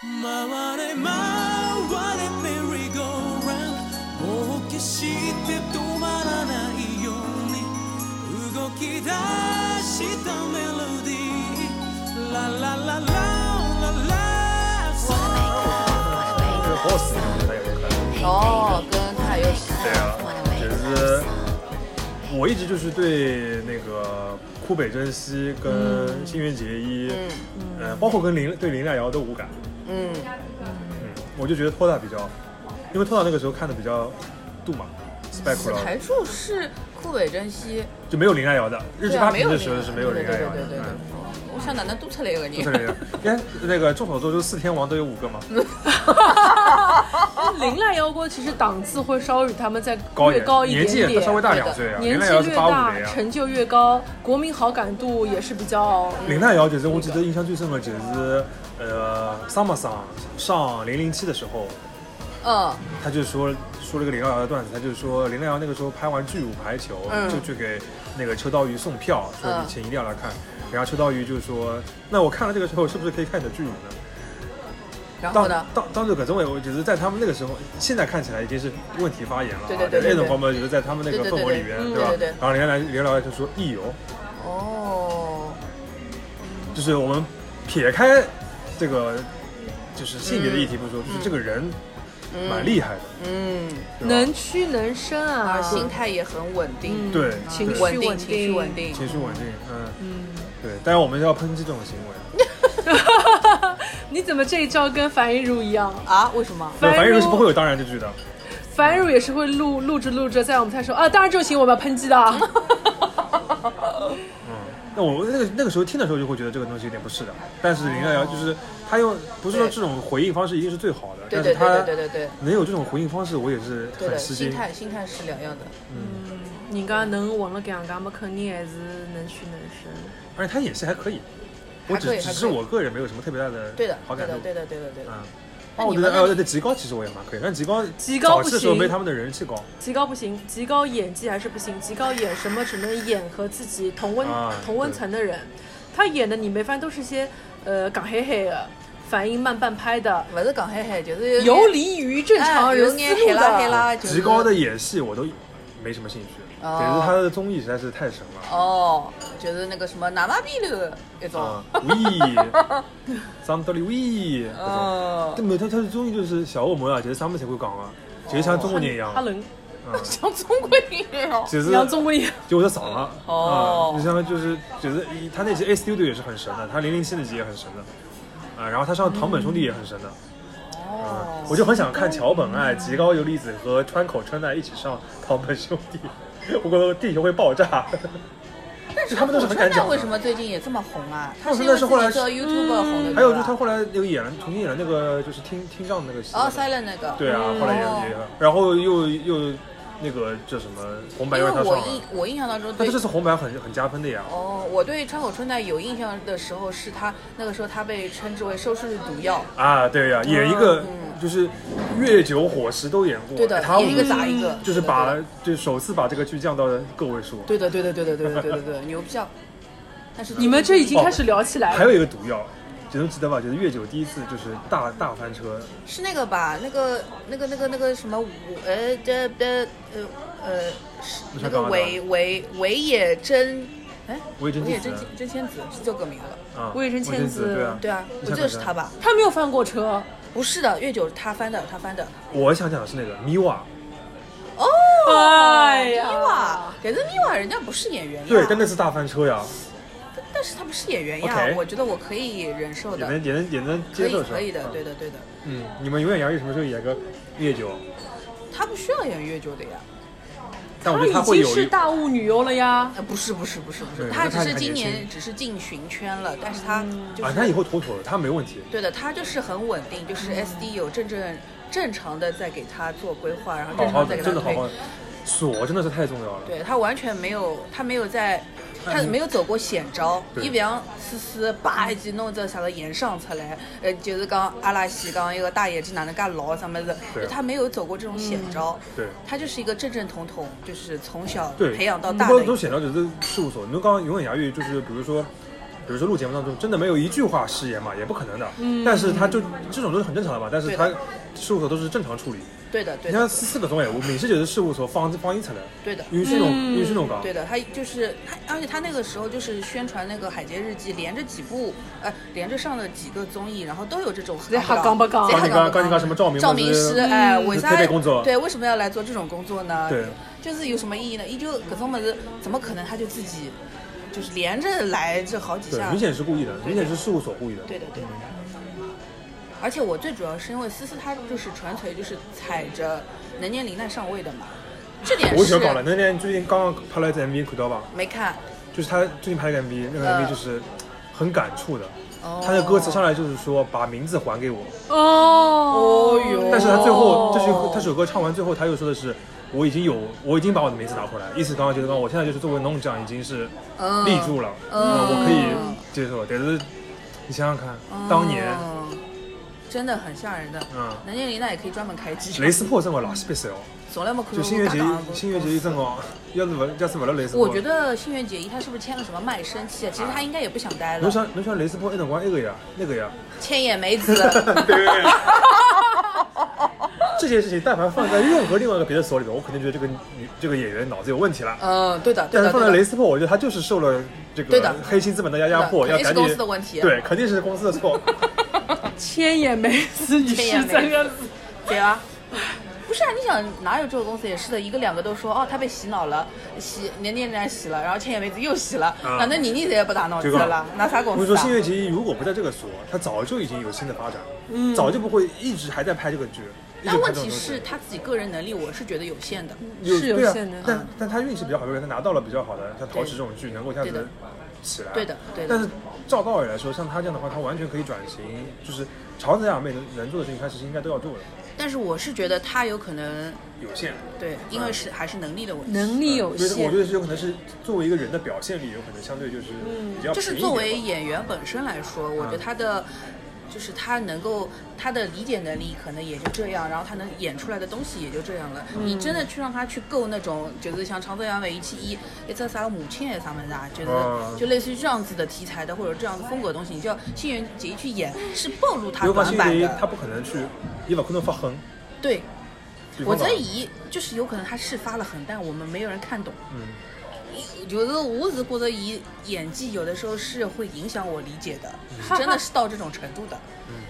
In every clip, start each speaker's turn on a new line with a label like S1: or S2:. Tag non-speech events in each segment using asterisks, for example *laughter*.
S1: 回れ回れメリーゴーランドもう決して止まらないように動き出したメロディーラララララララ
S2: 是 Host 的那个歌，
S3: 哦，跟泰有喜
S2: 对啊，就是我一直就是对那个酷北真希跟新垣结衣，呃，包括跟林对林濑遥都无感，
S3: 嗯，
S2: 嗯，我就觉得托塔比较，因为托塔那个时候看的比较嗯度嘛
S3: 台
S2: ，spec
S3: 柱是库北真希，
S2: 就没有林濑遥的，日
S3: 对
S2: 剧
S3: 啊，
S2: 发
S3: 没
S2: 行
S3: 有
S2: 的
S3: 那
S2: 时候
S3: 个
S2: 是没有林
S3: 对
S2: 濑
S3: 对对
S2: 遥
S3: 对
S2: 的，
S3: 对对。
S2: 嗯
S3: 我想哪能多出来一个
S2: 不是林
S3: 人？
S2: 濑遥，哎，那个众所周知四天王都有
S3: *laughs*
S2: 五个嘛，
S4: *laughs* 林濑遥歌其实档次会稍微比他们再
S2: 高一
S4: 越高一
S2: 年
S4: 点
S2: 纪也
S4: 点，
S2: 稍微大
S3: 对的
S2: 两岁啊，林
S4: 年纪
S2: 濑遥是
S4: 越
S2: 八五的
S4: 大，
S2: 呀。
S4: 成就越高，国民好感度也是比较。
S2: 林奈瑶就是我记得印象最深的就是，呃，Summer s o n 上零零七的时候，
S3: 嗯，
S2: 他就说说了个林奈瑶的段子，他就说林奈瑶那个时候拍完巨舞排球，
S3: 嗯
S2: 就去给那个车道鱼送票，说
S3: 嗯
S2: 你请一定要来看。然后车道鱼就说，那我看了这个之后，是不是可以看你的巨舞呢？
S3: 然后
S2: 当
S3: 呢？
S2: 当当时葛政委，我觉得在他们那个时候，现在看起来已经是问题发言了、啊，
S3: 对对对对
S2: 那种方面就是在他们那个
S3: 对对对
S2: 氛围里面，
S3: 对
S2: 吧？
S3: 对对对
S2: 然后林奈林奈瑶就说，意由。
S3: 哦，
S2: 就是我们撇开这个就是性别的议题不说，就是这个人蛮厉害的，
S3: 嗯，
S2: 对吧
S4: 能屈能伸啊
S3: 啊，，心态也很稳定，
S4: 嗯
S2: 对
S4: 情绪
S2: 对
S3: 稳定，情绪稳定，
S2: 情绪稳定，嗯对。当然我们要抨击这种行为，
S4: 你怎么这一招跟樊一茹一样？
S3: 啊？为什么？
S2: 对，
S4: 樊
S2: 樊一茹
S4: 如
S2: 是不会有当然这句的，
S4: 樊一茹也是会录录着录着，在我们台说啊，当然这种行为我们要抨击的 *laughs* 啊。
S2: 嗯。那我那个那个时候听的时候就会觉得这个东西有点不适的，但是林乐瑶就是他用不是说这种回应方式一定是最好的，
S3: 哦对
S2: 但是
S3: 对对
S2: 他
S3: 对对对对
S2: 能有这种回应方式，我也是
S3: 对
S2: 很
S3: 的，
S2: 吃
S3: 心
S2: 惊。
S3: 态心态是两样的。
S4: 人家能混了搿样介，么肯定还是能屈能伸。
S2: 而且他演戏还可以，我
S3: 还可
S2: 只
S3: 以
S2: 只
S3: 还
S2: 是
S3: 可以
S2: 我个人没有什么特别大的
S3: 对的，
S2: 好
S3: 对
S2: 感度
S3: 的，。对的，对的，对的。
S2: 嗯，
S3: 那
S2: 哦，
S3: 你
S2: 我觉
S3: 们
S2: 得，
S3: 那
S2: 哦，
S3: 你
S2: 对，极高其实我也蛮可以，但极高
S4: 极
S2: 早
S4: 高
S2: 期的时候
S4: 不行
S2: 没他们的人气高
S4: 极高不行，极高演技还是不行。极高演什么？只能演和自己同温、
S2: 啊
S4: 同温层的人。他演的你没发现都是些呃港黑黑的，反应慢半拍的，哎
S3: 不是讲嗨嗨，就是
S4: 游离于正常人思路
S3: 黑啦黑
S4: 的。
S3: 啦，就是
S2: 极高的演戏我都没什么兴趣，
S3: 哦
S2: 简直他的综艺实在是太神了。
S3: 哦，就是那个什么南马比流一种
S4: 哦
S2: 啊，，we，桑
S4: *laughs*
S2: 德里 we，那
S4: 哦
S3: 嗯
S2: 种，，没他他的综艺就是小恶魔啊，其实他们才会讲啊，其实像中国人一样
S4: 哈，伦
S2: 嗯，
S3: 像中国人哦，
S2: 其实
S4: 杨宗纬，
S2: 就我的嗓了，
S3: 哦
S2: 啊，就像就是觉得一他那集 A Studio 也是很神的，他零零七那集也很神的，啊，然后他上堂本兄弟也很神的，啊
S3: 哦
S2: 我就很想看桥本爱、极高由里子和川口春奈一起上《堂本兄弟》， *laughs* 我觉得地球会爆炸。
S3: 啊
S2: 但是他们都是很敢讲
S3: 那
S2: 的。
S3: 为什么最近也这么红啊？他
S2: 不是
S3: 因为
S2: 那是后来
S3: 自己做 YouTube 红的，
S2: 还有就
S3: 对
S2: 是他
S3: 吧
S2: 后来那个演了，重新演了那个就是听听障那个戏。
S3: 哦 Silent 那个，
S2: 对啊，
S4: 嗯
S2: 后来演
S3: 哦
S2: 也，然后又又那个叫什么红白
S3: 因
S2: 又
S3: 为
S2: 让他上
S3: 我
S2: 了，
S3: 印我印象当中
S2: 但
S3: 对
S2: 是这。次红白很很加分的呀。
S3: 哦，我对川口春奈有印象的时候，是他那个时候他被称之为收视率毒药，
S2: 啊，对呀，演一个
S3: 嗯
S2: 就是越久火石都演过，
S3: 对的，
S2: 他
S3: 一个砸一个，
S2: 就是
S3: 对的
S2: 把就首次把这个剧降到了个位数。
S3: 对的，对的，对的，对的，对的，对的，牛逼啊！但是
S4: 你们这已经开始聊起来
S2: 还
S4: 了。
S2: 有一个毒药，只能记得吧？就是月九第一次就是大大翻车，
S3: 是那个吧？那个、那个、那个、那个什么武，呃，这这呃呃，是
S2: 你
S3: 那
S2: 说
S3: 个
S2: 干嘛
S3: 尾尾尾野真，哎，
S2: 我也真
S3: 尾
S2: 记
S3: 野
S2: 得
S3: 真真千子是这个名字吧？
S2: 啊，
S4: 我也真签字
S2: 对啊，
S3: 对啊，我
S2: 你
S3: 记
S2: 想
S3: 得是
S2: 想
S3: 他吧？
S4: 他没有翻过车，
S3: 不是的，月九他翻的，他翻的。
S2: 我想讲的是那个米瓦，
S4: 哎
S3: 米
S4: 呀
S3: 瓦，，可是米瓦人家不是演员呀，
S2: 对，但那次大翻车呀，
S3: 但是他不是演员呀
S2: OK，
S3: 我觉得我可以忍受
S2: 也
S3: 的，
S2: 能也能也能
S3: 可
S2: 接受
S3: 以
S2: 是吧？
S3: 可以的，
S2: 嗯
S3: 对，的对的。
S2: 嗯，你们永远洋溢什么时候演个月九？
S3: 他不需要演月九的呀，
S2: 但我觉得
S4: 他
S2: 他
S4: 已
S2: 会
S4: 经
S2: 有
S4: 是
S2: 一
S4: 大物女优了呀。
S3: 呃，不是不是不是不是，
S2: 对
S3: 他
S2: 那
S3: 只
S2: 他
S3: 是
S2: 还
S3: 今
S2: 年
S3: 年
S2: 轻
S3: 只是进巡圈了，但是他
S4: 嗯
S3: 就是
S2: 啊，他以后妥妥的，他没问题。
S3: 对的，他就是很稳定，就是
S2: 嗯
S3: SD 有正正正常的在给他做规划，然后
S2: 好
S3: 正
S2: 好
S3: 常地在给
S2: 的，
S3: 他
S2: 真的好
S3: 推。
S2: 好的，锁真的是太重要了。
S3: 对他完全没有，他没有在，他没有走过险招，
S2: 对嗯
S3: 伊不像思思叭一记弄这啥个演上出来，呃，就是讲阿拉西讲一个大爷这哪能干老啥么子，
S2: 对嗯
S3: 就他没有走过这种险招，
S2: 对
S3: 他就是一个正正统统，就是从小
S2: 对，
S3: 培养到
S2: 你
S3: 大
S2: 不
S3: 的
S2: 能，都显到只是事务所。你们刚刚永远牙玉就是，比如说比如说录节目当中真的没有一句话失言嘛，也不可能的。但是他就这种都是很正常的嘛，但是他
S3: 嗯对的
S2: 事务所都是正常处理。
S3: 对的，对
S2: 你
S3: 的，
S2: 像四四个综艺，我闽西姐的事务所放放一层的，
S3: 对的。
S2: 允许弄允许弄搞。
S3: 嗯对的，他就是他，而且他那个时候就是宣传那个《海街日记》，连着几部，呃，连着上了几个综艺，然后都有这种
S4: 在哈刚不刚
S3: 在
S2: 刚
S3: 哈
S2: 你刚
S3: 刚
S2: 刚你刚什么照明
S3: 照明师，哎，为啥
S2: 嗯配备工作
S3: 对，为什么要来做这种工作呢？
S2: 对，
S3: 就是有什么意义呢？依旧搿种么子，怎么可能他就自己就是连着来这好几
S2: 对，
S3: 下？
S2: 明显是故意的，明显是事务所故意的。
S3: 啊对的，对的。而且我最主要是因为思思她就是纯粹就是踩着能年龄来上位的嘛，这点
S2: 我
S3: 是
S2: 想搞了，那天最近刚刚拍了一支 MV，看到吧？
S3: 没看。
S2: 就是他最近拍了一个 MV，那个
S3: 呃
S2: MV 就是很感触的。
S3: 哦
S2: 他的歌词上来就是说把名字还给我，
S4: 哦，
S3: 哦哟
S2: 但是他最后
S4: 哦
S2: 这首他这首歌唱完最后，他又说的是我已经有我已经把我的名字拿回来，意思刚刚就是刚刚我现在就是作为农长已经是
S3: 嗯
S2: 立住了，
S3: 嗯
S2: 呃我可以接受。但是你想想看，当年
S3: 嗯真的很吓人的。
S2: 嗯
S3: 南京林娜也可以专门开机场，
S2: 雷斯破真的老西北塞哦，
S3: 从来没看
S2: 就
S3: 到
S2: 新垣
S3: 过
S2: 结
S3: 搭档
S2: 衣
S3: 过
S2: 新垣结衣真哦，要是不要是不了雷斯破，
S3: 我觉得新垣结衣她是不是签了什么卖身契啊？其实她应该也不想待
S2: 侬
S3: 了。
S2: 想侬想雷斯破那辰光那个呀那 *laughs* 个呀，
S3: 千野梅
S2: *laughs*
S3: 子，
S2: 对。这件事情，但凡放在任何另外一个别的所里面，我肯定觉得这个女这个演员脑子有问题了。
S3: 嗯，对的，对
S2: 但是
S3: 的，
S2: 放在
S3: 对
S2: 雷
S3: 的。
S2: 斯珀，我觉得他就是受了这
S3: 对
S2: 个
S3: 的
S2: 黑心资本的压压迫，
S3: 对
S2: 要
S3: 的肯
S2: 赶紧
S3: 定是公司的问题
S2: 对，肯定是公司
S3: *laughs*
S2: 的错。
S4: 千眼梅子女
S3: 千眼
S4: 士
S3: 梅子
S4: 三个字，
S3: 对啊。不是啊，你想哪有这个公司也是的，一个两个都说哦，她被洗脑了，洗年年年洗了，然后千野梅子又洗了，
S2: 啊
S3: 哪能你你这也不打脑子
S2: 对吧
S3: 了？拿啥
S2: 我
S3: 公
S2: 跟你
S3: 司
S2: 说，
S3: 啊
S2: 新？月结衣如果不在这个所，他早就已经有新的发展，嗯，早就不会一直还在拍这个剧。一
S3: 但
S2: 直拍
S3: 问
S2: 这
S3: 题嗯
S2: 种东西
S3: 是她自己个人能力，我是觉得有限的。
S4: 是有
S2: 对啊
S4: 限的，
S2: 但但他运气比较好，因为他拿到了比较好的，像陶瓷这种剧能够一下
S3: 对
S2: 子
S3: 的
S2: 起来。
S3: 对的对的
S2: 但是照道理来说，像他这样的话，他完全可以转型，就是朝南亚妹能能做的事情，他其实应该都要做的。
S3: 但是我是觉得她有可能
S2: 有限，
S3: 对，因为是还是嗯能力的问题。
S4: 能力有
S2: 所以我觉
S4: 限，
S2: 得是有可能是作为一个人的表现力，有可能相对嗯就是比较
S3: 就是
S2: 平一
S3: 作
S2: 点嗯
S3: 为
S2: 吧
S3: 演员本身来说，我觉得他的。就是他能够，他的理解能力可能也就这样，然后他能演出来的东西也就这样了。你真
S2: 嗯
S3: 的去让他去够那种，就是像《长泽雅美一七一》，一只啥母亲也啥么子啊，就是、
S2: 嗯
S3: 就类似于这样子的题材的或者这样的风格的东西，你就要新垣结衣去演，是暴露他
S2: 刘冠
S3: 短
S2: 希
S3: 板
S2: 为
S3: 的。
S2: 他不可能去，伊瓦库诺发狠。
S3: 对，
S2: 比方
S3: 我在
S2: 讲，
S3: 以就是有可能他是发了狠，但我们没有人看懂。
S2: 嗯，
S3: 就是我是觉得伊演技有的时候是会影响我理解的，真的是到这种程度的，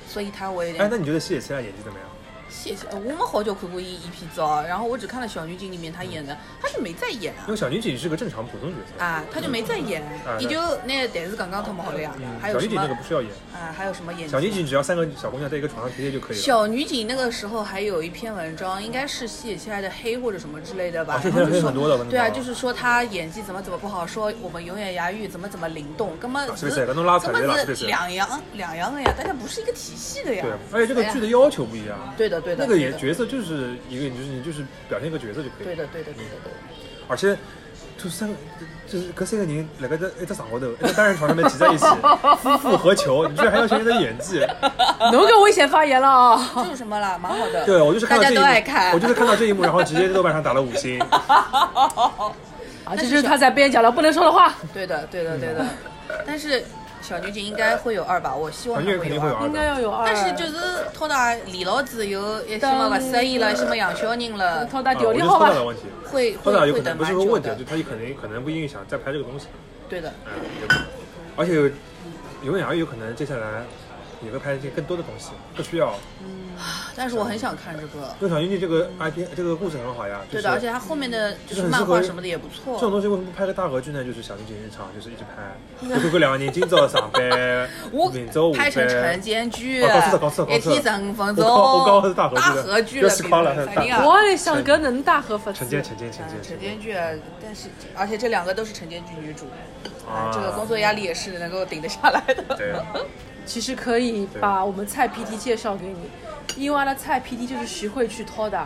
S3: 所以他我有
S2: 嗯哎，
S3: 点
S2: 那你觉得谢贤演技怎么样？
S3: 谢谢。我们好久看过伊一批照，然后我只看了《小女警》里面他演
S2: 嗯
S3: 的，他就没再演啊
S2: 因，为小女警是个正常普通角色，
S3: 啊，他就没再演
S2: 啊，
S3: 伊就那但是刚刚他们好了呀，还
S2: 嗯小
S3: 有
S2: 女
S3: 什
S2: 警
S3: 么
S2: 那个不需要演，
S3: 啊，还有什么演技
S2: 小女警只要三个小姑娘在一个床上贴贴就可以了。
S3: 小女警那个时候还有一篇文章，应该是写下来的黑或者什么之类的吧
S2: 啊，这
S3: 然后
S2: 篇
S3: 就
S2: 黑
S3: 说
S2: 很多的文章
S3: 对啊，哦就是说她演技怎么怎么不好，说我们永远牙语怎么怎么灵动，根本
S2: 是不是跟侬拉扯
S3: 根
S2: 对吧是不
S3: 本
S2: 是
S3: 是啊两样两样的呀，大家不是一个体系的呀
S2: 对。，而哎且这个剧的要求不一样。
S3: 对的对的，
S2: 那个
S3: 对
S2: 演
S3: 的
S2: 角色就是一个，你就是你就是表现一个角色就可以。
S3: 对的对的对的对的。
S2: 而且就三个，就是搿三个人辣盖一只床高头，一只单人床上面挤在一起，夫复何求？你居然还要学人家演技？
S4: 侬跟危险发言了啊！
S3: 这有什么啦？蛮好的。
S2: 对我就是看
S3: 大
S2: 到
S3: 家
S2: 这一幕
S3: 都爱看。
S2: 我就是看到这一幕，然后直接在豆瓣上打了五星。
S4: 啊，这就是他在边讲了不能说的话，
S3: *laughs* 对的对的对的，但是小女警应该会有二吧？我希望
S2: 团
S3: 她
S2: 队肯定会有
S3: 二。
S2: 二
S4: 应该
S2: 的。
S4: 要有二。
S3: 但是就是拖到李老子有一些么不适意了，一些么养小人了，
S4: 掏大
S2: 啊，
S4: 调
S2: 我
S4: 理
S2: 觉得
S4: 好
S2: 脱
S4: 吧
S2: 大？的问题，
S3: 会
S2: 脱
S3: 会
S2: 大有可
S3: 会等
S2: 能不是
S3: 蛮
S2: 说
S3: 久
S2: 问题，
S3: 的。
S2: 就他也可能可能不影响再拍这个东西，
S3: 对的，
S2: 嗯，有可能。而且有雅玉有可能接下来也会拍一些更多的东西，不需要。
S3: 但是我很想看这个。
S2: 因为小云你这个 IP 这个故事很好呀，就
S3: 对
S2: 是
S3: 的，而且它后面的
S2: 就
S3: 就是是
S2: 很适
S3: 漫
S2: 合
S3: 画什么的也不
S2: 这种
S3: 错。
S2: 东西为什么不拍个大合剧呢？就是小情景日常，就是一直拍，
S3: *laughs*
S2: 就看看两个人今朝上班，
S3: 我
S2: 明朝下
S3: 拍成晨
S2: 班。
S3: 间剧，
S2: 哦搞错了搞错了
S3: 一
S2: 搞错了
S3: 天十五分
S2: 我
S3: 钟，
S2: 刚我刚刚是大
S3: 大
S2: 合剧的
S3: 合剧
S2: 不
S3: 了，
S2: 要死夸了
S3: 比如肯定啊
S4: 我也想跟能大合法
S2: 晨间，晨间，晨
S3: 嗯
S2: 间，
S3: 晨间剧，但是而且这两个都是晨间剧女主，
S2: 啊
S3: 啊，这个工作压力也是能够顶得下来的。 *laughs*
S2: 对，
S4: 其实可以把我们蔡 PT 介绍给你，因为阿拉蔡 PT 就是徐汇区掏的，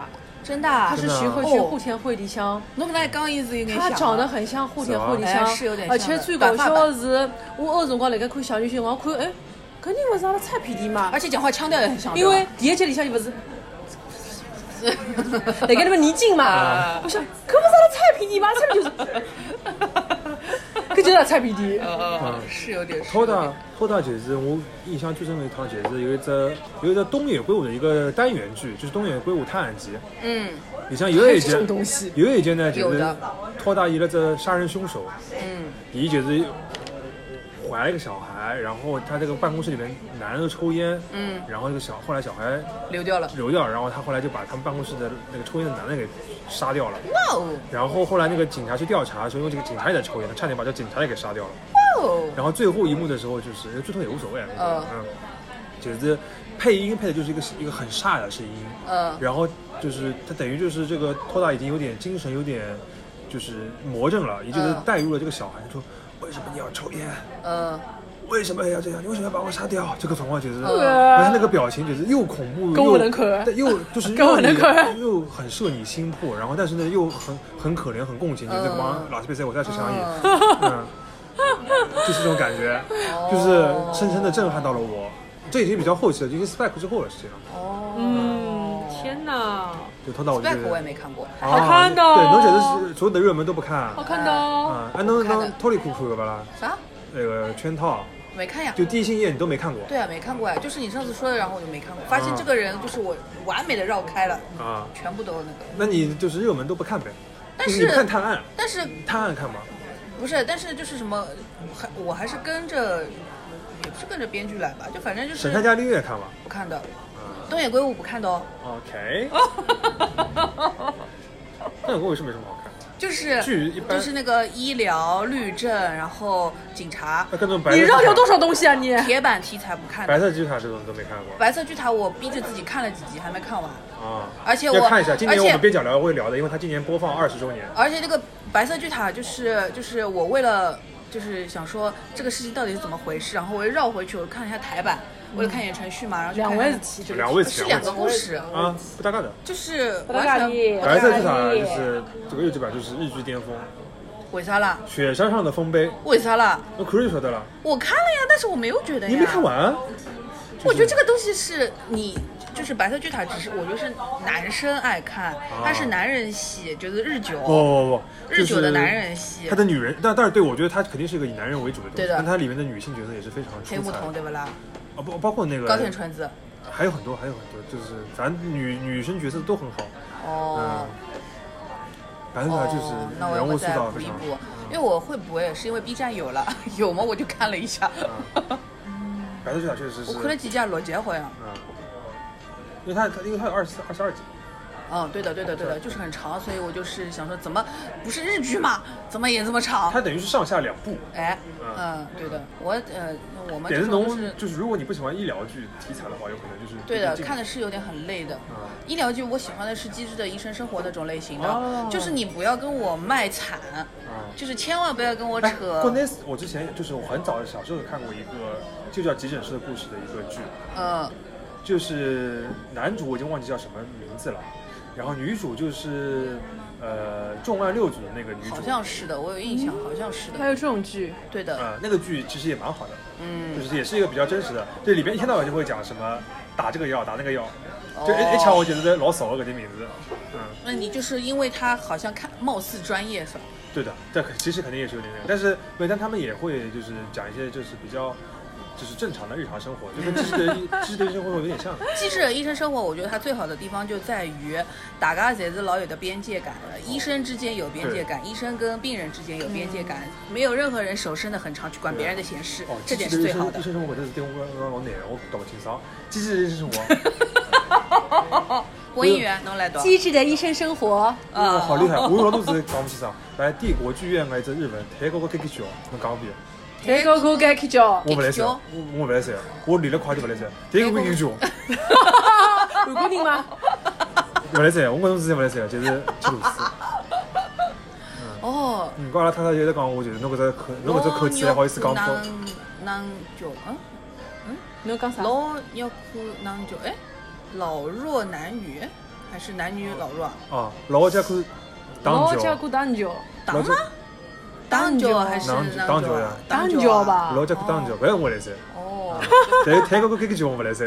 S3: 真的
S4: 他
S3: 啊，
S4: 是
S2: 真的啊
S4: 徐汇区户田惠里乡。
S3: 侬搿能讲意思有点
S4: 他
S3: 像啊。
S4: 长得很像户田惠里香
S3: 哎哦是有点，像
S4: 而
S3: 的
S4: 且最搞笑的是，我有辰光辣盖看小女星，我看哎，搿人勿是阿拉蔡 PD 嘛
S3: 而？且讲话腔调也很像。
S4: 因为第一集里向伊
S3: *laughs*
S4: 勿是
S3: 对吧
S4: 辣盖那边泥泞嘛
S3: 啊， *laughs*
S4: 我想搿勿是阿拉蔡 PD 嘛？蔡 PD 就是，搿搿就是菜皮地。
S3: 呃，是有点。
S2: 涛大涛大就是我印象最深的一趟，就是有一只有一只东野圭吾的一个单元剧，就是东野圭吾探案集。
S3: 嗯，
S2: 里向有一
S4: 这种
S2: 集，
S4: 东西，
S2: 有一集呢就
S3: 有
S2: 是
S3: 的
S2: 涛大伊拉只杀人凶手，
S3: 嗯，
S2: 伊就是怀了一个小孩，然后他这个办公室里面男的抽烟，
S3: 嗯，
S2: 然后这个小后来小孩
S3: 流掉了。
S2: 流掉，然后他后来就把他们办公室的那个抽烟的男的给杀掉了。
S3: 哦
S2: 然后后来那个警察去调查的时候，因为这个警察也在抽烟，他差点把这警察也给杀掉了。
S3: 哦，
S2: 然后最后一幕的时候，就是剧透也无所谓，
S3: 嗯
S2: 嗯，就是配音配的就是一个一个很飒的声音，
S3: 嗯
S2: 然后就是他等于就是这个托大已经有点精神有点就是魔怔了，也就是
S3: 嗯
S2: 带入了这个小孩，说为什么你要抽烟？
S3: 嗯，
S2: 为什么要这样？你为什么要把我杀掉？这个反话就是，
S3: 嗯
S2: 然后他那个表情就是又恐怖
S4: 啊跟
S2: 又
S4: 我能可爱
S2: 但又
S4: *laughs*
S2: 就是
S4: 跟我
S2: 让你
S4: 能可爱
S2: 又很摄你心魄，然后但是呢又很很可怜很共情，就是
S3: 嗯
S2: 帮老师被塞我再去商议，
S3: 嗯
S2: 嗯， *laughs* 就是这种感觉，就是深深的震撼到了我。这已经比较后期了，已经 spec 之后了，实际上
S4: 嗯，天哪，
S2: 就偷到我就觉
S3: ，Back
S2: 得
S3: 哦我也没看过。
S2: 啊
S4: 好看的哦
S2: 对，能觉得是所有的热门都不看
S4: 好看的哦，
S2: 啊？安东
S3: 看的
S2: 当脱离酷酷有吧啦？
S3: 啥？
S2: 那个圈套，
S3: 啊没看呀。
S2: 就第一星夜你都没看过
S3: 对啊，没看过呀，就是你上次说的，然后我就没看过。发现这个人就是我完美的绕开了，
S2: 啊？
S3: 全部都那个。
S2: 那你就是热门都不看呗？
S3: 但
S2: 就是是你不看探案，
S3: 但是
S2: 探案看吗？
S3: 不是？但是就是什么，还我还是跟着，也不是跟着编剧来吧，就反正就
S2: 《神探
S3: 是
S2: 伽利略》看吗啊
S3: 不看的。东野圭吾不看的哦， *laughs*
S2: ？OK。那我也是没什么好看，
S3: 就是
S2: 剧一般
S3: 就是那个医疗、律政，然后警察、
S2: 那各种白
S4: 你
S2: 色
S4: 绕有多
S2: 巨塔
S4: 少东西啊你？
S3: 铁板题材不看
S2: 白
S3: 的。
S2: 色巨塔这种都没看过
S3: 白色巨塔，我逼着自己看了几集，还没看完。
S2: 啊。
S3: 而且
S2: 要
S3: 我，
S2: 看一下，今年我
S3: 而且
S2: 们边角聊会聊的，因为它今年播放二十周年。
S3: 而且这个白色巨塔就是就是我为了就是想说这个事情到底是怎么回事，然后我又绕回去，我看了一下台版，为了看言承旭嘛，然后就
S4: 嗯两
S3: 看
S4: 位
S3: 了
S4: 起，
S2: 两位
S3: 是
S2: 起，
S3: 两
S2: 两
S3: 个
S2: 位
S3: 故事，
S2: 起啊，不搭嘎的。
S3: 就是
S4: 不搭嘎
S3: 完
S4: 的
S3: 全
S2: 白色巨塔就是这个日剧版，就是日剧巅峰，
S3: 为啥啦？
S2: 雪山上的丰碑。
S3: 为啥啦？
S2: 那 c r i 说的了，
S3: 我看了呀，但是我没有觉得呀。
S2: 你没看？完啊？
S3: 我觉得这个东西是你。就是白色巨塔，只是我觉得是男生爱看，
S2: 啊
S3: 它是男人戏，就是日久、
S2: 不不不，不
S3: 日久的男人戏
S2: 哦他，的女人，但但是对我觉得他肯定是一个以男人为主的东西，
S3: 对的
S2: 但他里面的女性角色也是非常出
S3: 黑木
S2: 彩
S3: 瞳
S2: 的
S3: 对不啦？
S2: 啊，包包括那个
S3: 高田纯子，
S2: 还有很多还有很多，就是咱女女生角色都很好，
S3: 哦
S2: 嗯，，白色巨塔就是
S3: 哦、那我要
S2: 人
S3: 不
S2: 物塑
S3: 再
S2: 造
S3: 补
S2: 非
S3: 一
S2: 常
S3: 补，因为我会补也是因为 B 站有了， *laughs* 有吗？我就看了一下，
S2: 白色巨塔确实是
S3: 我，看了几下罗杰好像，
S2: 嗯，因为他他因为他有二十二十二集，
S3: 嗯，对的，对的，对的，就是很长，所以我就是想说，怎么不是日剧嘛，怎么也这么长？
S2: 他等于是上下两部。
S3: 哎，
S2: 嗯
S3: 哦嗯，对的，我呃，我们
S2: 点
S3: 这
S2: 子
S3: 种
S2: 农
S3: 就是
S2: 就是，如果你不喜欢医疗剧题材的话，有可能就是
S3: 对的，看
S2: 的
S3: 的是有点很累的。
S2: 啊，
S3: 医疗剧我喜欢的是《机智的医生生活》那种类型
S2: 哦
S3: 的，就是你不要跟我卖惨，
S2: 啊
S3: 就是千万不要跟我
S2: 哎，关
S3: 扯，
S2: 键是我之前就是我很早小时候有看过一个就叫《急诊室的故事》的一个剧，
S3: 嗯，
S2: 就是男主我已经忘记叫什么名字了，然后女主就是呃《重案六组》的那个女主，
S3: 好像是的，我有印象，好像是
S4: 还有
S3: 的，
S4: 这种剧，
S3: 对的，
S2: 呃那个剧其实也蛮好的，
S3: 嗯。
S2: 就是也是一个比较真实的，这里边一天到晚就会讲什么打这个药打那个药，就
S3: 哦
S2: H R 我觉得老骚了，搿些名字，嗯。
S3: 那你就是因为他好像看貌似专业
S2: *laughs*
S3: 是吧？
S2: 对的，这可其实肯定也是有点那个，但是对，但他们也会就是讲一些就是比较就是正常的日常生活，就跟知识的知识的生活有点像。
S3: 机智的医生生活，我觉得它最好的地方就在于，大家侪是老有的边界感
S2: 哦
S3: 的，医生之间有边界感，医生跟病人之间有边界感，没有任何人手伸得很长去管别人的闲事，
S2: 嗯哦，
S3: 这
S2: 机
S3: 点
S2: 智
S3: 是
S2: 的
S3: 最
S2: 医生
S3: 好的
S2: 医。生生活，但是对我让我奶我搞不清爽。机智的
S3: *laughs*
S2: 医生生活，
S3: 播音员能来啊到，
S4: 机智的医生生活，
S2: 哇，哦好厉害！我老多是搞不清爽。来，帝国剧院的一只日文，泰国个 Kiki 剧哦，侬讲一遍，
S4: 这个我该去叫，
S2: 我不来塞，
S3: Kiki
S2: 我
S3: 哦
S2: 我不来塞，我练了快就不来塞。泰国 Kiki 剧哦，
S4: 韩国人吗？
S2: 不来塞，我搿种事情不来塞，就是吃螺丝。
S3: 哦，
S2: 嗯，跟阿拉太太就在讲，我就是侬搿只口，侬搿只口齿还好意思讲错。
S3: 老哦牛苦囊久，嗯，
S4: 侬讲啥？
S3: 老尿裤囊久，哎，老弱男女还是男女老弱啊？
S2: 啊，老家看
S4: 老
S2: 打
S4: 家
S2: 球，
S4: 过打球，
S3: 当
S2: 老
S3: 吗
S2: 家？
S3: 当久还是
S2: 当久
S3: 当
S2: 当
S3: 久
S2: 久
S3: 啊
S2: 呀？
S4: 打
S3: 久
S4: 球
S3: 啊？
S4: 吧
S2: 老？家看打球，搿我
S3: *laughs*
S2: 来塞，
S3: 哦， *laughs*
S2: 但是泰国搿个球我勿来塞。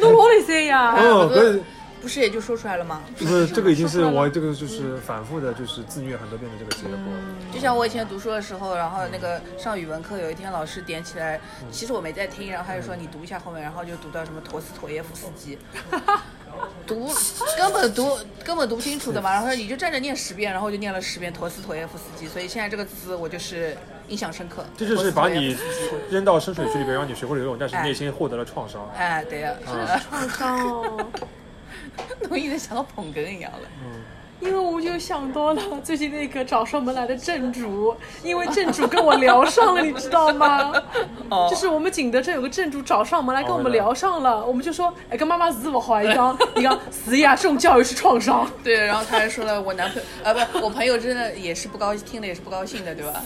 S4: 侬老来塞呀！
S2: 哦，搿
S3: 啊不是也就说出来了吗？
S2: 就是这个已经是我这个就是反复的，就是自虐很多遍的这个结果。
S3: 就像我以前读书的时候，然后那个上语文课，有一天老师点起来，
S2: 嗯
S3: 其实我没在听，然后他就说你读一下后面，然后就读到什么陀思妥耶夫斯
S2: *laughs*
S3: 基，读根本读根本读不清楚的嘛，然后你就站着念十遍，然后就念了十遍陀思妥耶夫斯基，所以现在这个词我就是印象深刻。
S2: 这就是把你
S3: 陀思妥耶夫斯基
S2: 扔到深水区里边，让你学会了游泳，但是内心获得了创伤。
S3: 哎，对呀、啊， *laughs*
S4: 创伤哦，
S3: 我一直想到捧哏一样了。
S4: 因为我就想到了最近那个找上门来的正主，因为正主跟我聊上了，你知道吗？
S3: 哦
S4: 就是我们景德镇有个正主找上门来跟我们聊上了，我们就说，哎，跟妈妈死不好一张，你讲死呀，这种教育是创伤，
S3: 对，然后他还说了，我男朋友啊，不，我朋友真的也是不高兴，听了也是不高兴的，对吧？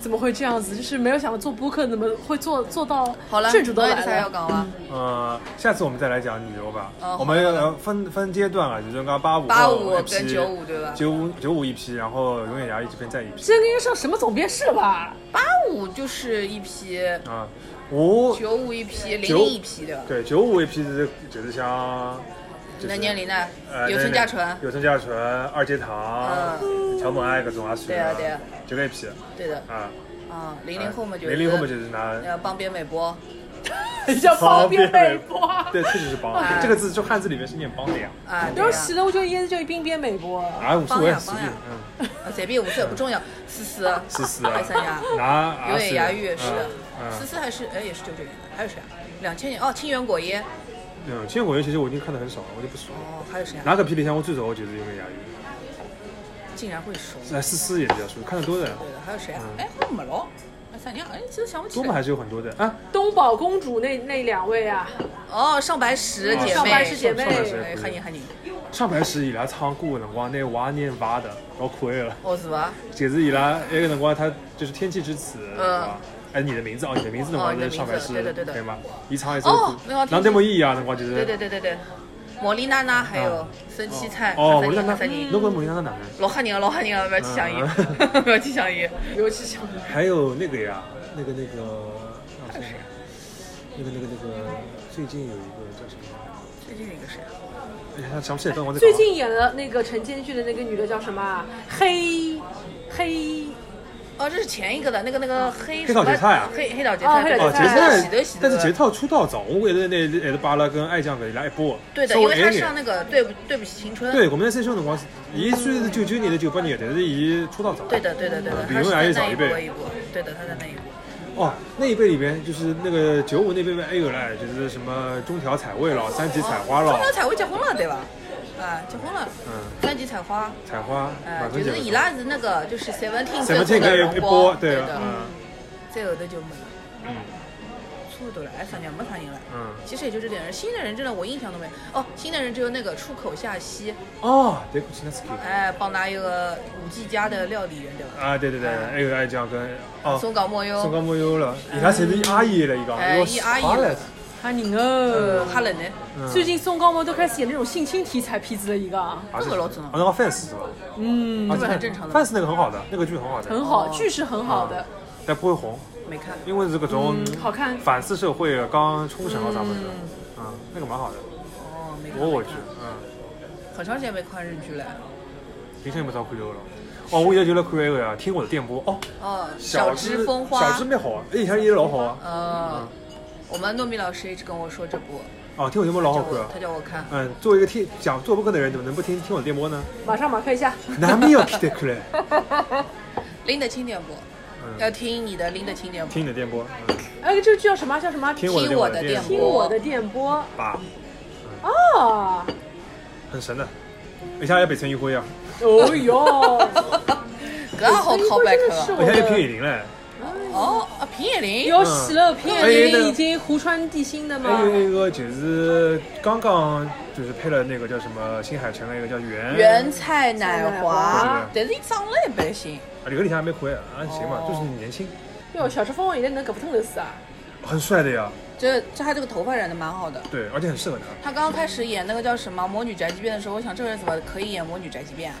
S4: 怎么会这样子？就是没有想到做播客怎么会做做到
S3: 好了，
S4: 正主都
S3: 我也
S4: 来
S3: 啥要
S4: 了，
S3: 讲啊？
S2: 呃，下次我们再来讲旅游吧。
S3: 嗯
S2: 我们要分分阶段啊，就是刚刚八五
S3: 八五
S2: 后一
S3: 跟
S2: 批，
S3: 九五对吧
S2: 九五九五一批，然后永远牙一直跟在一批
S4: 这个应该上什么总编室了吧？
S3: 八五就是一批，
S2: 啊。五
S3: 九五一批，零
S2: 九
S3: 零一批，对吧？
S2: 对九五一批是九子香，
S3: 你的年龄呢
S2: 呃，？
S3: 有村架纯，
S2: 有村架纯，二阶堂，乔本爱各种啊，是
S3: 对啊嗯对啊，
S2: 就那批
S3: 对的，
S2: 啊。
S3: 啊，零零后嘛呃就是
S2: 嗯零零后嘛就是拿
S3: 要帮边美波，
S4: 叫方便
S2: 被
S4: 美播，
S2: 对，确实是帮
S3: 啊。
S2: 这个字就汉字里面是念帮的呀。
S3: 啊，对啊
S4: 然后死了，我就椰子就冰边美播，
S2: 啊，无所谓，
S3: 帮呀
S2: 随
S3: 帮呀
S2: 便，
S3: 啊
S2: 嗯，
S3: 随便无色不重要，思思，
S2: 思思
S3: 还三亚，
S2: 拿啊，
S3: 有点牙玉是
S2: 嗯
S3: 的，思
S2: 嗯
S3: 思还是哎也是九九年的，还有谁啊？两千年哦，清源果耶，
S2: 嗯，千果园其实我已经看的很少了，我就不熟。
S3: 哦还有谁啊？
S2: 哪个霹雳香我最早我觉得因为牙玉，
S3: 竟然会熟，
S2: 哎，思思也比较熟，看的多的，
S3: 对的，还有谁啊？哎好像没了，哎三年，哎其实想不起
S2: 多嘛
S3: 来，
S2: 还是有很多的啊。
S4: 东宝公主那那两位啊，
S3: 哦上白石姐妹，
S4: 上白石姐妹
S2: 啊上白石
S3: 哎喊你喊你，
S2: 上白石伊拉唱歌的辰光，那娃念娃的，老可爱了。
S3: 哦是吧？
S2: 就是伊拉那个辰光，他就是天气之子，对
S3: 嗯
S2: 吧？哎，你的名字哦，你的名字辰
S3: 哦
S2: 光
S3: 你的
S2: 就是上白
S3: 名字
S2: 石，
S3: 对的对的
S2: 吗？一唱一首
S3: 哦
S2: 歌
S3: 没有，
S2: 然后那么一样辰光就是
S3: 对对对对对，茉莉娜娜还有
S2: 啊
S3: 生七菜，
S2: 哦，
S3: 哈萨
S2: 我让
S3: 尼
S2: 他
S3: 哈萨，尼
S2: 侬跟我让他哪能？
S3: 老吓人了，老吓人了，不要去想伊，不要去想伊，
S4: 尤其像
S2: 还有那个呀，那个那个，啊什么？那个那个那个，最近有一个叫什么？
S3: 最近那个谁啊？
S2: 哎呀，想不起来，等我再
S4: 最
S2: 搞
S4: 近演了那个陈建剧的那个女的叫什么啊？黑黑
S3: 哦，这是前一个的那个那个黑
S2: 黑岛决赛啊
S3: 黑黑岛决赛，
S4: 哦黑岛
S2: 哦，
S3: 对
S2: 杰
S4: 决赛
S3: 喜得喜
S2: 赛
S3: 得，
S2: 但是杰套出道早，我一直那那还是把阿拉跟爱酱搿伊拉一波，
S3: 对的，
S2: 稍微
S3: 因为他
S2: 晚一点
S3: 上那个对不对不起青春，
S2: 对，我们在三兄辰光，伊虽然是九九年的九八年，但是伊出道早。
S3: 对的对的对的，
S2: 比
S3: 他是
S2: 永远
S3: 在
S2: 还是
S3: 那
S2: 早一
S3: 一
S2: 辈
S3: 波一波，对的，他在那一波，
S2: 哦，那一辈里边就是那个九五那辈还有嘞，就是什么中条彩绘咯，三级采花咯
S3: 中，条彩绘结婚了对吧？啊，结婚了，
S2: 嗯，
S3: 三级采花，
S2: 采花，
S3: 呃
S2: 满，分
S3: 就
S2: 姐
S3: 是伊拉是那个就是 Seventeen
S2: 什
S3: 最
S2: 么
S3: 后
S2: 天
S3: 的
S2: 可
S3: 荣
S2: 以一波
S3: 光，，
S2: 对
S3: 的
S2: 的，，嗯
S3: 再后头就没了，
S2: 嗯
S3: 差不多了，哎，啥人没啥人了。
S2: 嗯，
S3: 其实也就这点人，新的人真的我印象都没有。哦，新的人只有那个出口夏希，
S2: 哦，对，库奇纳斯基，
S3: 哎，帮拿一个五 G 家的料理人对吧？
S2: 啊，对对对，还有爱酱跟哦，
S3: 嗯松冈莫
S2: 松
S3: 优，
S2: 冈木优了，伊拉侪是阿姨了，伊
S3: 哎
S2: 讲，
S3: 伊阿姨
S2: 了
S3: 了，
S4: 哈宁哦。
S3: 呃哈冷呢？
S2: 嗯
S4: 最近宋高模都开始演那种性侵题材片子了，一个
S2: 啊
S3: 这个老总
S2: 啊那个 fans 是吧？
S4: 嗯，
S2: 啊
S3: 这个很正常的
S2: fans 那个很好的，那哦个剧很好的，嗯
S4: 很好，剧是很好的，
S2: 但不会红，
S3: 没看，
S2: 因为是各种
S4: 嗯好看
S2: 反思社会刚冲绳啊啥么子，嗯，那个蛮好的，
S3: 哦，没看，
S2: 我我去
S3: 没，
S2: 嗯，
S3: 看很长时间没看日剧了。
S2: 平常也没啥看流了。哦，我现在就来看那个呀，听我的电波哦，
S3: 哦，小
S2: 枝
S3: 枝风
S2: 小
S3: 花
S2: 枝，蛮好啊，哎，还是演老好啊，
S3: 呃，我们糯米老师一直跟我说这部，
S2: 哦，听我的电波老
S3: 叫
S2: 好看
S3: 我
S2: 啊
S3: 他，叫我看，
S2: 嗯，作为一个听讲做播客的人，怎么能不听听我的电波呢？
S4: 马上马克
S2: *laughs*
S4: 一下。
S2: 难免要听得出来，
S3: 拎得清点不？要
S2: 嗯，
S3: 听你的拎得清点不？
S2: 听你的电波，嗯。
S4: 哎，这个剧叫什么？叫什么？
S2: 听
S4: 听
S2: 我
S3: 听我的
S2: 的电
S3: 电
S2: 波
S3: 波
S4: 我的电波
S2: 吧，哦
S4: 啊！
S2: 很神的，啊一下要北村一辉啊，
S4: 哦
S2: *laughs*
S4: 哟，
S3: 刚好
S4: 因为真
S3: callback
S4: 的是
S3: 了。
S2: 我
S4: 我
S2: 现在平
S4: 的。
S2: 野绫嘞，
S3: 哦，啊，平野绫，
S4: 有喜乐片
S3: 嗯
S2: 哎
S4: 也已经胡川地心的
S2: 还
S4: 嘛，
S2: 有一个就是刚刚就是配了那个叫什么新海诚的一个叫袁
S3: 原菜乃
S2: 啊
S3: 华，但是伊长得一般性。
S2: 啊，这个里向还没亏啊，啊行吧，
S3: 哦
S2: 就是年轻，
S4: 哟，小时候现在能搿副痛头死啊！
S2: 很帅的呀，
S3: 这这他这个头发染的蛮好的。
S2: 对，而且很适合他。
S3: 他刚刚开始演那个叫什么《魔女宅急便》的时候，我想这个人怎么可以演《魔女宅急便》啊？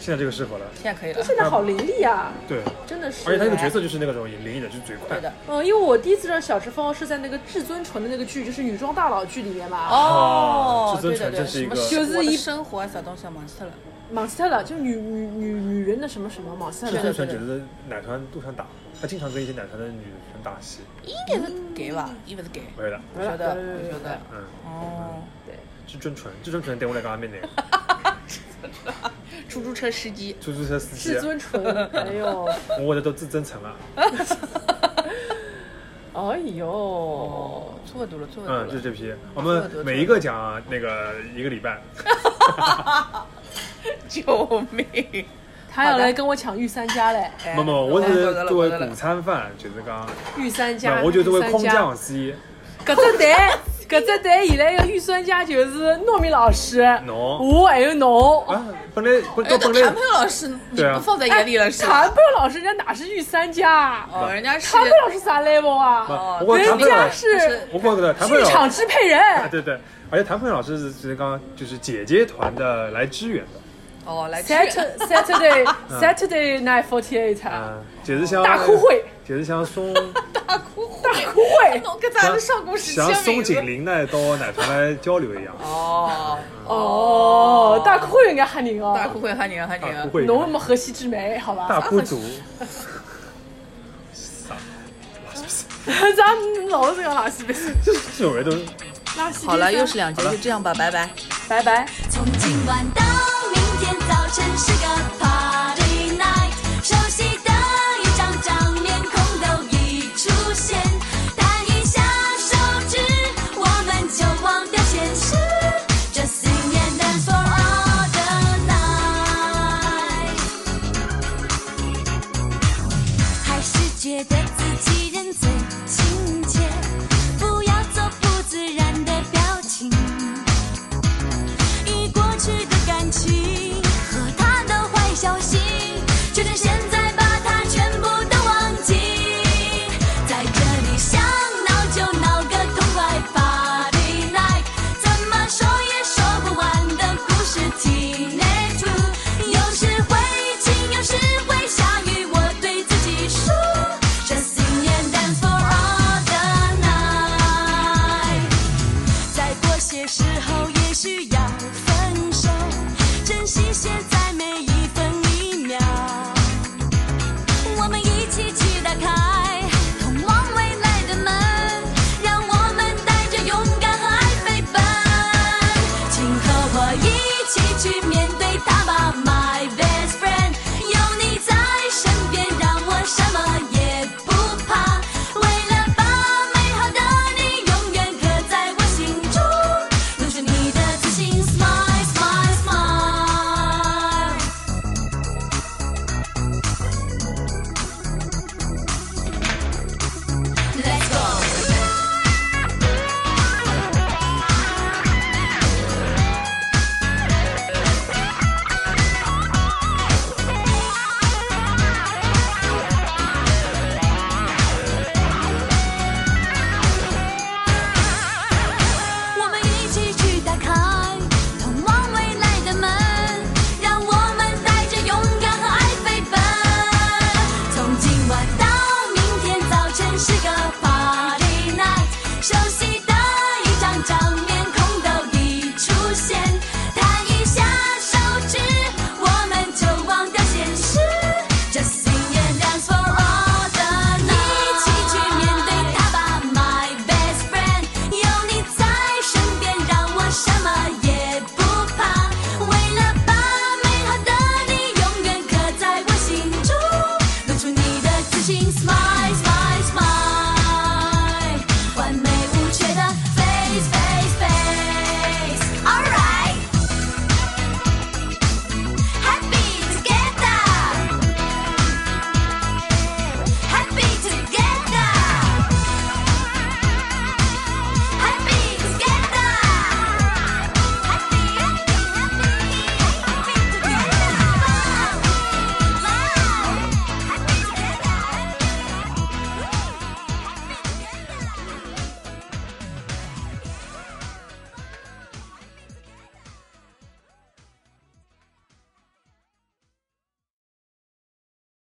S2: 现在这个适合了，
S3: 现在可以了。
S4: 现在好凌厉啊，
S2: 对，
S4: 真的是。
S2: 嗯而且他这个角色就是那个种灵异的，就是嘴快
S3: 对的。
S4: 嗯，因为我第一次知道小池芳是在那个至尊纯的那个剧，就是女装大佬剧里面嘛，
S2: 哦
S3: 哦，
S2: 啊至尊
S3: 对
S2: 传
S3: 对对，
S2: 真是一
S3: 什
S2: 个
S3: 么
S4: 就是一
S3: 生活小东西啊，忙死了。
S4: m o n s t e r 就是女女女女人的什么什么 m o n s t
S2: 至
S4: e
S2: 尊
S4: r
S2: 传觉得奶团都想打，他经常跟一些奶团的女生打戏，
S3: 应该是给吧，应该是给。
S2: 我觉得，
S3: 我觉得，
S4: 对对对
S3: 我觉得，
S2: 嗯，
S3: 哦，
S2: 至尊纯，至尊纯点我来干阿面呢，
S3: 出租车司机，
S2: 出租车司机啊
S4: 至，尊纯，哎
S2: *laughs*
S4: 呦，
S2: 我的都自真诚了，
S4: 哎呦，
S3: 哦，错读了，错读
S2: 嗯，就是
S3: 了。
S2: 这批，我们每一个讲那个一个礼拜，嗯
S3: 救命！
S4: 他要来跟我抢御三家嘞，
S3: 哎
S2: 没没，我
S3: 懂了
S2: 是
S3: 懂了
S2: 作为
S3: 懂了
S2: 午餐饭，就是讲，
S4: 御三家，
S2: 那我就作为
S4: 御
S2: 空
S4: 三家
S2: 降师，
S4: 搿只台，搿只台现在一个预算家就是糯米老师，
S2: 侬
S4: 我还有侬。
S2: 啊，本来本
S3: 哎，
S2: 到
S3: 谭
S2: 本来
S3: 佩老师，你
S2: 对啊
S3: 不放在眼里了是吧？
S4: 哎谭佩老师人家哪是御三家？
S3: 哦，人家是
S4: 谭佩老师啥 level 啊？
S3: 哦
S2: 不，我
S4: 人
S2: 谭佩
S4: 家
S2: 老师，
S4: 是
S2: 我觉得谭佩
S4: 剧
S2: 老师
S4: 场。支配人，
S2: 啊对对，而且谭佩老师是就是刚刚就是姐姐团的来支援的，
S3: 哦，来吃
S4: Saturday Saturday Saturday Night Forty Eight，
S2: 啊，简直像
S4: 大哭会，
S2: 简直像松
S3: 大哭会，
S4: 大哭会
S3: 我跟咱们上古时期
S2: 像
S3: 的
S2: 松
S3: 名字
S2: 井玲奈到奶团来交流一样，
S3: 哦，
S4: 哦，大哭会应该喊你哦，
S3: 大哭会喊你喊你
S2: 大哭
S3: 啊！
S2: 会，
S4: 侬什么河西之梅？好吧
S2: 大，哭族，啥？
S4: *laughs* 咱们老是要垃圾呗，
S2: 这这种人都
S4: 垃圾。
S3: 好了，又是，两集，就这样吧，拜拜。
S4: 拜拜。
S5: 从今晚到明天早晨是个 party。